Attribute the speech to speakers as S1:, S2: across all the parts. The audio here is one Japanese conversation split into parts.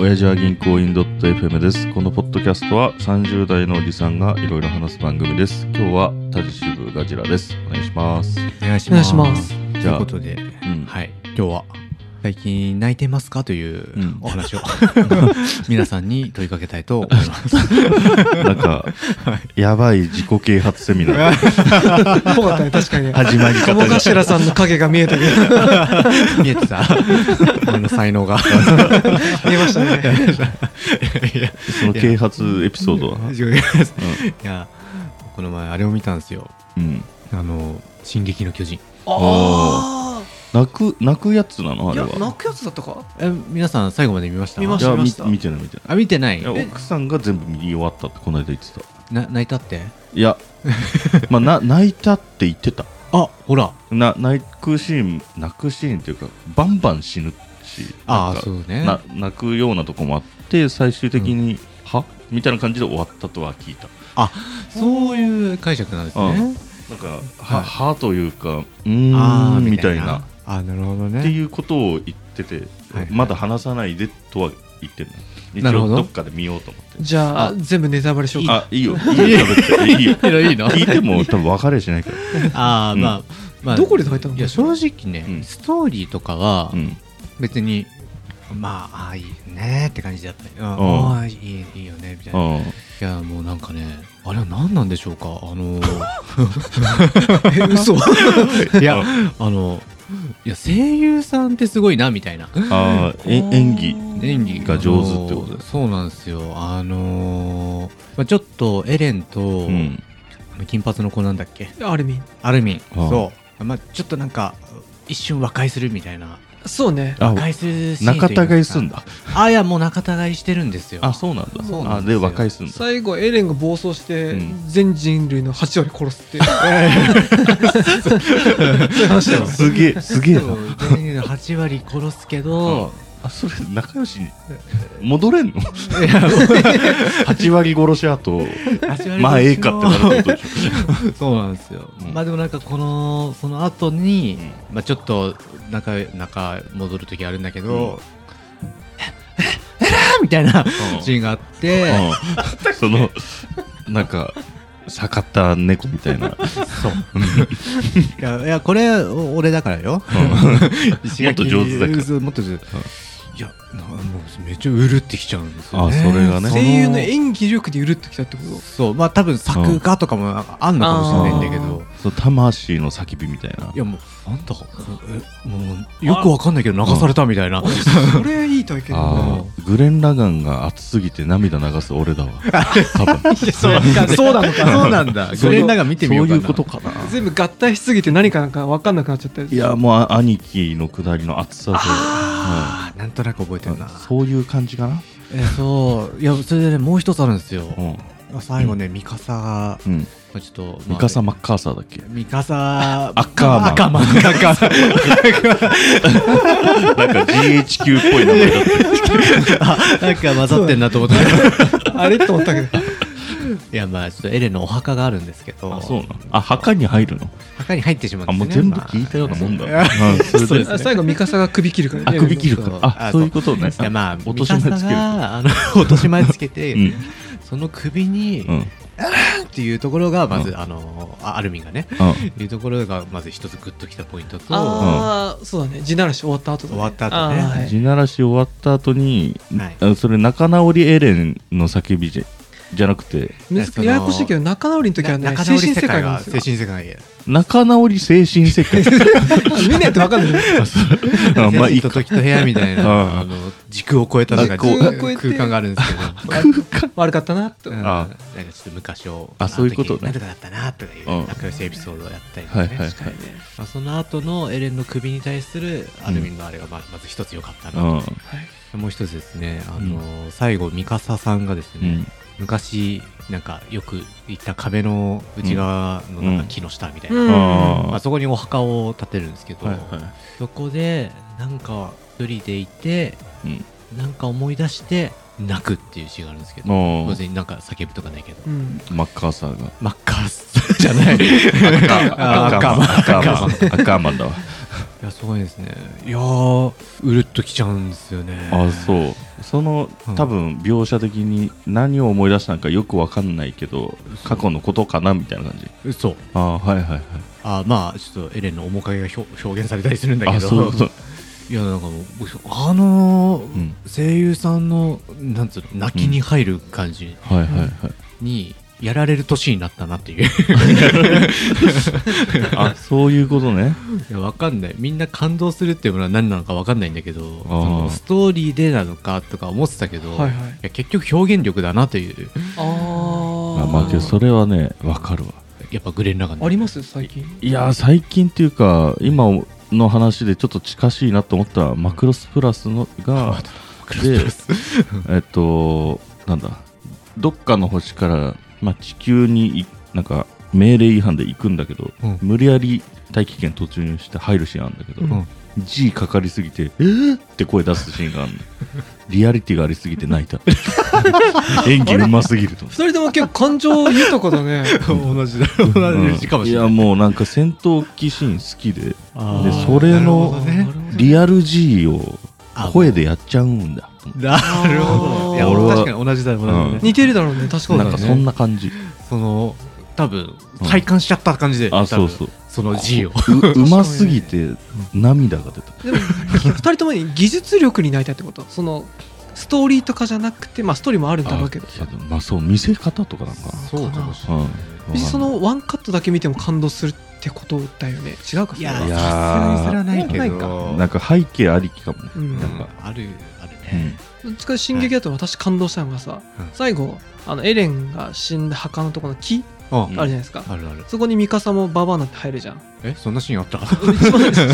S1: 親父は銀行員 .fm です。このポッドキャストは30代のおじさんがいろいろ話す番組です。今日は田地支部ガジラです。お願いします。
S2: お願いし
S3: お願
S2: ま
S3: い
S2: す。
S3: します
S2: と
S1: じ
S2: い
S1: ゃ
S2: う
S1: あ
S2: ことで、
S1: うん
S2: はい、今日は最近泣いてますかという
S1: うん
S2: お話を、 皆さんに問いかけたいと思います。
S1: なんか、やばい自己啓発セミナー
S3: ぽかったね、確かに。
S1: 始まり方
S3: 鴨
S1: が。
S3: 頭さんの影が見えたけ ど、
S2: 見えてた俺の才能が。
S3: 見えましたね。
S2: いや
S1: その啓発エピソードは。
S2: 違いますいや、この前あれを見たんですよ。
S1: うん。
S2: あの、進撃の巨人。
S1: あ泣く、泣くやつなのあ
S3: い
S1: れ
S3: や、
S1: は。
S3: 泣くやつだったか
S2: え皆さん最後まで見ました
S3: 見まし
S1: いや
S3: ました
S1: み見てない見てない
S2: あ、見てない
S1: いや。奥さんが全部見終わったってこの間言ってた
S2: な泣いたって
S1: いやまあな泣いたって言ってた
S2: あ、ほら。
S1: な泣くシーン泣くシーンっていうかバンバン死ぬし
S2: あ
S1: なんか
S2: ーそうね
S1: な泣くようなとこもあって最終的に、はみたいな感じで終わったとは聞いた
S2: あ、そういう解釈なんです
S1: うん
S2: ね。
S1: なんかは,、
S2: はい
S1: はというかうーん
S2: あー
S1: みたいな。
S2: あ、なるほど
S1: って
S2: ね。
S1: いうことを言ってて、
S2: はいはい
S1: まだ話さないでとは言ってない
S2: な
S1: 一
S2: るほ
S1: 応
S2: ど
S1: どっかで見ようと思って
S3: じゃあ
S2: あ、
S3: 全部ネタバレしようか。
S1: あいい よいいよ喋っていいよ
S2: いいのいいの
S1: 聞いても多分分かれしないから
S2: ああ、
S1: うん
S2: まあ、まあ、
S3: どこで入ったの
S2: いや、正直ね、
S1: うん
S2: ストーリーとかは
S1: うん
S2: 別に、まあ、ああ、いいねって感じだったり、あ
S1: うん
S2: あ、いいいいよねみたいな。い
S1: あ
S2: や、もうなんかね、あれは何なんでしょうか、あのー、
S3: え、嘘
S2: いや、あの、いや、声優さんってすごいなみたいな。
S1: あーえ演技
S2: 演技
S1: が上手ってことで
S2: あのー
S1: す
S2: そうなんですよ。あのー、まあ、ちょっとエレンと、
S1: うん
S2: あの金髪の子なんだっけ
S3: アルミン。
S2: アルミン、
S1: ああ
S2: そう、まあ、ちょっとなんか一瞬和解するみたいな
S3: そうね。
S1: あ
S2: 和解するシーンと
S1: 仲
S2: いいますか
S1: 違いすんだ
S2: あいやもう仲違いしてるんですよ
S1: あそうなんだ
S2: そうなん
S1: あ
S2: です
S1: で
S2: よ
S1: 和解すんだ
S3: 最後、エレンが暴走して
S1: うん、
S3: 全人類の8割殺すっていう。そういう話だよ。
S1: すげえすげえな
S2: そう全員の8割殺すけど、
S1: あそれ仲良しに戻れんの
S2: いやもう
S1: 八割殺し後
S2: 8割
S1: まあええかってなる ってことでし
S2: そうなんですよ、
S1: うん
S2: まあでもなんかこのその後に、
S1: う
S2: まあちょっと仲仲戻る時あるんだけど、えええらーみたいな
S1: ょ
S2: シーンがあって、
S1: うんそのなんか逆った猫みたいな
S2: そう。いや、いやこれ、お俺だからよ。石
S1: もっと上手だから
S2: そうもっと上手。いや、なもうめっちゃうるってきちゃうんですよ、ね。
S1: あそれがね
S2: そ
S3: 声優の演技力でうるってきたってこ
S2: そう、まあ多分作画とかもあんのかもしれないんだけ
S3: う
S2: ど
S3: ん。
S1: その魂の叫びみたいない
S2: やもう、なんだか、えもう、よくわかんないけど流されたみたいな。
S3: とそれいい体験だね
S1: あーグレン・ラガンが熱すぎて涙流す俺だ わ多分
S2: そう
S3: そうなのか
S2: そうなんだ。グレンラが見てみようかな。
S1: そういうことかな
S3: 全部合体しすぎて何かなんか分かんなくなっちゃったり
S1: いやもうあ兄貴の下りの熱さで
S2: あーなんとなく覚えて
S1: う
S2: る
S1: ん
S2: な。
S1: そういう感じかな
S2: えそう。いや、それでね、もう一つあるんですよ。
S1: うん
S2: 最後ね、ミカサが、
S1: うん
S2: まあちょっと、ま
S1: ミ
S2: あ
S1: カサ・マッカーサーだっけ
S2: ミカサ
S1: アッカーマン
S2: アカーマン。アッカー
S1: なんか GHQ っぽい名前だった
S2: なんか混ざってんなと思ったけど。
S3: あれと思ったけど
S2: いや、まあ、ちょっとエレンのお墓があるんですけ ど、
S1: あ、そうなのあ、墓に入るの
S2: 墓に入ってしまって、
S1: あ、
S2: ね。
S1: もう全部聞いたようなもんだ。うんそれ
S2: そうで
S3: あ最後ミカサが首切るから
S1: あ、首切る
S2: そう
S1: から。あ、そういうことね。
S2: いや、まあ、
S1: 落とし前つける
S2: ミカサがあの、 落とし前つけて、
S1: うん
S2: その首に、
S1: うん。
S2: っていうところが、まず、
S1: う
S2: あの、あアルミンがね、
S1: う
S2: っていうところが、まず一つグッときたポイントと、
S3: ああそうだね地ならし終わった後だね
S2: 終わった後ね
S3: あーは
S1: ん。
S3: い
S1: 地ならし終わった後に
S2: はい、
S1: あそれ仲直りエレンの叫びじゃじゃなくて、
S3: 難しいややこしいけど仲直りの時はね
S2: 中
S3: 精
S2: 直り
S3: 神世界なん
S2: が
S3: です
S2: 精
S3: よ
S2: 神世界へ。
S1: 仲直り精神世 界。
S3: あ見ないと分かんない
S1: あまあ、いい
S2: と
S1: か。
S2: 時と部屋みたい
S1: ああ
S2: な、あの、時空を超えたなんか
S1: 時空
S3: を超えて
S2: 空間があるんですけど。
S3: 悪かったなと
S2: うん
S1: あ
S2: なんかちょっと昔を
S1: あそういうことね
S2: あの時なんとかだったなとかいう
S1: うん
S2: 仲良しエピソードをやったりと
S1: は
S2: か
S1: いはいは
S2: ね
S1: い。
S2: まあその後のエレンの首に対するアルミンのあれがままず一つ良かった
S1: う
S2: なと
S1: ん。
S2: もう一つですねあの最後ミカサさんがです
S1: う
S2: ね
S1: ん。
S2: 昔なんかよく行った壁の内側のなんか木の下みたいな
S3: うん
S2: まあ
S1: あ
S2: そこにお墓を建てるんですけど
S1: あ。はいは
S2: そこでなんか一人でいて
S1: い。うん。
S2: なんか思い出して泣くっていうシーンがあるんですけど
S1: も
S2: 別になんか叫ぶとかないけど
S3: うん
S1: マッカーサーが。
S2: マッカースじゃない。
S1: 赤マン。赤マン。赤マンだわ。
S2: いやすごいですねいやーうるっときちゃうんですよね
S1: あそうその
S2: うん
S1: 多分描写的に何を思い出したのかよくわかんないけど過去のことかなみたいな感じ
S2: うそう
S1: ああはいはいはい
S2: あまあちょっとエレンの面影が表表現されたりするんだけど
S1: あそういうこと
S2: いやなんかもう僕あのー
S1: うん
S2: 声優さんのなんつうの泣きに入る感じ
S1: はいはいはい
S2: にやられる年になったなっていう
S1: あそういうことね
S2: いやわかんないみんな感動するっていうものは何なのかわかんないんだけどそのストーリーでなのかとか思ってたけど、
S3: はいはい
S2: いや結局表現力だなという
S1: あ
S3: あ
S1: まあけどそれはねわかるわ
S2: やっぱグレン・ラガン
S3: ああります最近
S1: いやー最近っていうか今の話でちょっと近しいなと思ったマクロスプラスのが
S2: クラスプラス
S1: えっとなんだどっかの星から、まあ、地球にいなんか命令違反で行くんだけど、
S2: うん
S1: 無理やり大気圏突入して入るシーンあるんだけど、
S3: うん
S1: G かかりすぎて「えー!」って声出すシーンがあるの リアリティがありすぎて泣いた演技うますぎると
S3: 二人とも結構感情豊か だね
S2: 同じだ同じかもしれない,、
S1: うんやもうなんか戦闘機シーン好きで
S2: あー
S1: でそれの
S2: なるほどね
S1: リアル G を声でやっちゃうんだと思って
S2: なるほど。いや、
S1: 俺は
S2: 確かに同じだよ、同じだね
S1: う
S3: 似てるだろうね確かに
S1: なんかそんな感じ、
S2: その、多分
S1: うん
S2: 体感しちゃった感じで、
S1: あ
S2: 多分
S1: そうそう
S2: その G を。
S1: ううますぎて涙が出た
S3: でも二人ともに技術力になりたいってことそのストーリーとかじゃなくてまあストーリーもあるんだろうけど
S1: あいやでもまあそう見せ方とかなんか
S3: そうかもし
S1: れない
S3: 別にそのワンカットだけ見ても感動するってことだよね違うか
S2: いや、
S3: そ
S2: さ
S3: れは
S1: ー
S2: すがにそれはないけ
S3: ない
S2: ど、
S1: なんか背景ありきかもね、
S3: うん
S1: なんか、
S2: ある、ある
S1: う
S2: ね
S1: ん。
S3: どっちかに進撃だと私感動したのがさ、
S2: うん
S3: 最後あのエレンが死んだ墓のところの木
S2: あ
S3: ある
S1: う
S3: じ
S1: ん
S3: ゃないですか、
S2: あるある。
S3: そこにミカサもババアなんて入るじゃん
S2: え、そんなシーン あった
S3: 一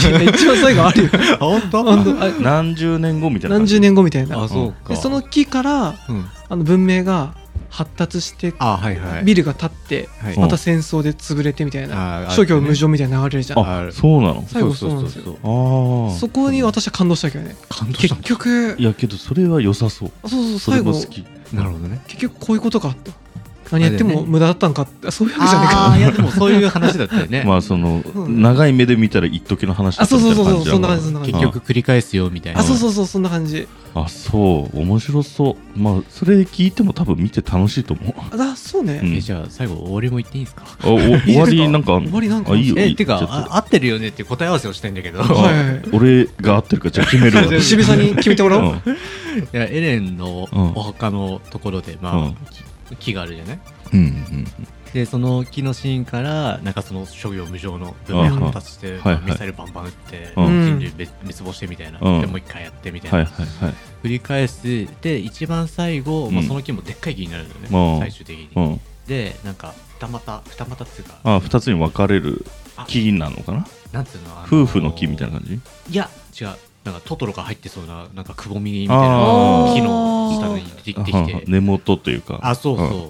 S3: 番一番最後あるよ
S2: あ、本
S3: 本当あ
S1: 何十年後みたいな
S3: 何
S1: 感じ
S3: 十年後みたいな
S2: あ、そうか。
S3: でその、木から
S2: うん。
S3: あの文明が発達して
S2: あ、はいはい。
S3: ビルが建って
S2: はい
S3: また戦争で潰れてみたいな
S2: あー
S3: 諸行無常みたいな流れるじゃん
S2: あ
S1: あそうなの
S3: 最後そうなんですよ
S2: そうそう
S1: ああ
S3: そこに私は感動したけどね
S2: 感動した
S3: 結。局
S1: いやけどそれは良さそう
S3: あそうそう
S1: そ
S3: 最
S1: れ
S3: 後
S1: も好き
S2: なるほどね。
S3: 結局こういうことかって何やって
S2: あれ
S3: も
S2: ね
S3: 無駄だったのかってそういうわけじゃねえか
S2: ああ、いや、でもそういう話だったよね。
S1: まあその、
S3: うん
S1: 長い目で見たら一時の話だ
S3: あ
S1: った
S3: そう
S1: みた
S3: そ
S1: いうな
S3: そ
S1: 感じ
S3: うそうそんな感
S1: じ
S3: じそんな感じ
S2: 結局繰り返すよ、みたいな。
S3: あそうそうそうそんな感じ
S1: あそう面白そうまあそれ聞いても多分見て楽しいと思う
S3: あだそうね、
S1: うん
S2: え、じゃあ、最後、俺も言っていいですか
S1: あお 終わりなんかあんの
S3: 終わりなんかあ
S1: あ
S3: んの
S1: いいよいい
S2: え、
S1: よ
S2: てか、
S1: ちょっと
S2: あ合ってるよねっていう答え合わせをしてんだけど、
S3: はい
S2: い
S3: はいはい
S1: 俺が合ってるかじゃあ決めるわ
S3: 石部さんに 決めてもらおう、
S1: う
S2: やエレンの
S1: うん
S2: お墓のところで、
S1: う
S2: ま
S1: ん
S2: あ、木があるじゃない
S1: んうん
S2: で、その木のシーンから、なんかその諸行無常の文明発達して、
S1: はいはい
S2: ミサイルバンバン撃って、
S1: うん
S2: 人類滅滅亡してみたいな、
S1: うん
S2: でもう一回やってみたいな、
S1: はいはいはい
S2: 繰り返す、で、一番最後、まあ、
S1: うん
S2: その木もでっかい木になるんだよね、
S1: うん
S2: 最終的に。
S1: うん
S2: で、なんか、二股、二股っていうか、
S1: あ二つに分かれる
S2: あ
S1: 木なのかな
S2: なんていうの、あのー
S1: 夫婦の木みたいな感じ
S2: いや、違う。なんかトトロが入ってそうな、なんかくぼみみたいな
S1: あー
S2: 木の下にできて
S1: あは
S2: き
S1: んはん
S2: て。
S1: 根元というか
S2: あ、そうそ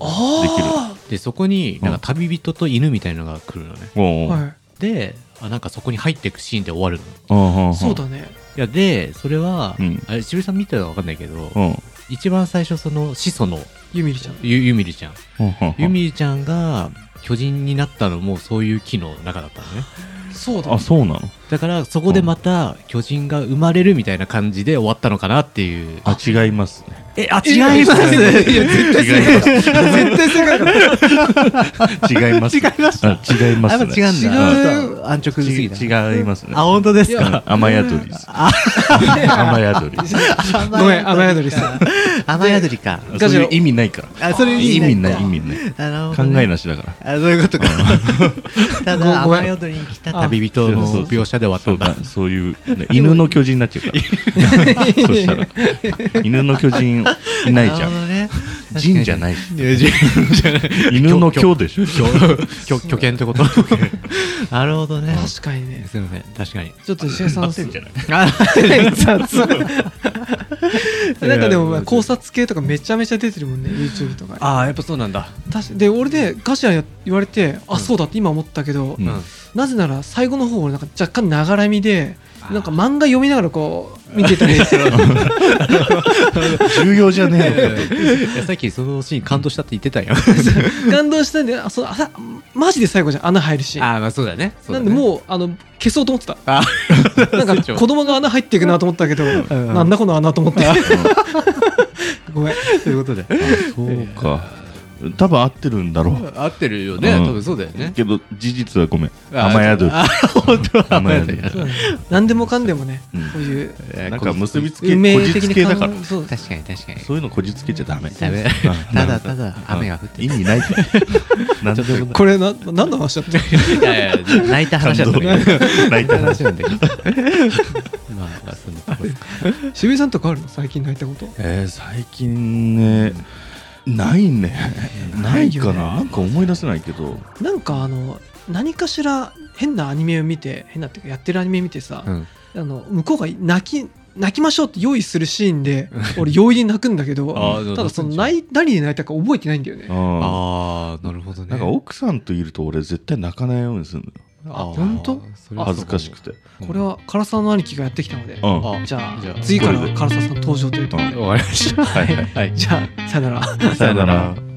S3: あ
S2: う。で、そこに、なんか旅人と犬みたいなのが来るのね。
S1: うんお
S3: あ
S1: う
S3: はい
S2: で、あなんかそこに入っていくシーンで終わるの。い
S1: あはんはん
S3: そうだね
S2: や、で、それは、
S1: うん
S2: あれ、しぶりさん見てたらわかんないけど、
S1: うん
S2: 一番最初、その、始祖の
S3: ユミリちゃん
S2: ゆゆみりちゃん。
S1: はんはんはん
S2: ゆみりちゃんが巨人になったのも、そういう木の中だったのね。
S3: そうだ
S1: あそうなの
S2: だから、そこでまた巨人が生まれるみたいな感じで終わったのかなっていう。
S1: あ違います ね
S2: え、あ、
S3: 違います
S2: いや絶
S1: 違
S2: 対
S1: います
S2: 絶対正解だっ
S1: 違います。
S2: 違いました
S1: あ違いますね。
S2: やっぱ違
S3: 違
S2: うんだ。安直すぎた。
S1: ち違いますね。
S2: あ、本当です
S3: いや
S2: か。
S1: 雨宿りです。
S2: あ
S1: 雨宿 り。
S3: ごめん雨宿りさん
S2: 雨宿りか。
S1: そう
S3: ガジ
S1: い
S3: ラ
S1: う意味ないから。
S2: あそれ
S1: 意
S2: 意
S1: 味
S2: 味
S1: な
S2: ない
S1: い、
S2: か
S1: 意味ない。
S2: あの
S1: 考えなしだから。
S2: あ、そういうことか。ただ、
S3: ごごめん
S2: 雨宿りに来た旅人の
S1: そうそう
S2: 描写で終わった
S1: そうん
S2: だ
S1: だ。、そういう、ね犬の巨人になっちゃうから。そしたら、犬の巨人いないじゃん。
S2: ん。
S1: 人じゃないし。
S2: いやじじゃない
S1: 犬の巨でしょ。
S2: 巨巨巨犬ってこと なるほどね。
S3: 確かにね
S2: すみません、確かに。
S3: ちょっと石部さん
S1: 合 ってんじゃない
S2: あ
S3: 雑なんかでもまあ考察系とかめちゃめちゃ出てるもんね YouTube とか
S2: あー、やっぱそうなんだ。
S3: 確かで俺でガシラに言われてあそうだって今思ったけど
S1: うん
S2: うん
S3: なぜなら最後の方俺なんか若干長らみでなんか漫画読みながらこ う見てたりして
S1: 重要じゃねえ
S2: いやさっきそのシーン感動したって言ってたやん
S3: 感動したんであそうあさマジで最後じゃん穴入るし
S2: ああまあそうだね
S3: なんでもうあの消そうと思ってた
S2: あ
S3: なんか子供が穴入っていくなと思ったけど
S2: ん
S3: なんだこの穴と思ってごめん
S2: うということで
S1: そうか多分合ってるんだろう
S2: 合ってるよね、
S1: うん
S2: 多分そうだよね
S1: けど事実はごめん
S2: あ
S1: 雨宿り
S2: あ本当は雨宿り
S1: 雨宿
S3: そうだね何でもかんでもね
S1: うん
S3: こういう
S2: えー
S1: なんか結びつけ
S3: 運
S1: こ
S3: 命
S1: じ
S3: 的
S1: つ
S3: に
S1: けだから
S3: 考えそう
S2: 確かに確かに
S1: そういうのこじつけちゃダメ
S2: ダメ
S1: うん
S2: ただただ雨が降って
S1: 意味ないから 何でもない
S3: これな何の話だった
S2: いやいや泣いた話だ
S1: 感
S2: った
S1: 動泣いた話
S2: なんだけどまあまあそんなとこです
S3: 渋井さんとかあるの最近泣いたこと
S1: えー最近ねないねないか
S3: ないよ
S1: ななんか思い出せないけど
S3: なんかあの何かしら変なアニメを見て変なっていうかやってるアニメ見てさ、
S2: うん
S3: あの向こうが泣き泣きましょうって用意するシーンで俺容易に泣くんだけ
S2: あー
S3: どただその
S2: 泣
S3: 泣い何で泣いたか覚えてないんだよね
S1: あ
S2: ああなるほど
S1: ー
S2: ね
S1: なんか奥さんといると俺絶対泣かないようにするのよ
S2: あー
S1: 本当
S2: それは
S1: 恥ずかしくて
S3: これは唐沢の兄貴がやってきたので
S1: うん
S2: あ
S3: じゃあ
S2: あ
S3: 次から
S1: こ
S3: は
S1: れで
S3: 唐沢さん登場というところで
S2: 終わりました
S1: はいはい
S2: はい
S3: じゃあさよなら
S1: さよなら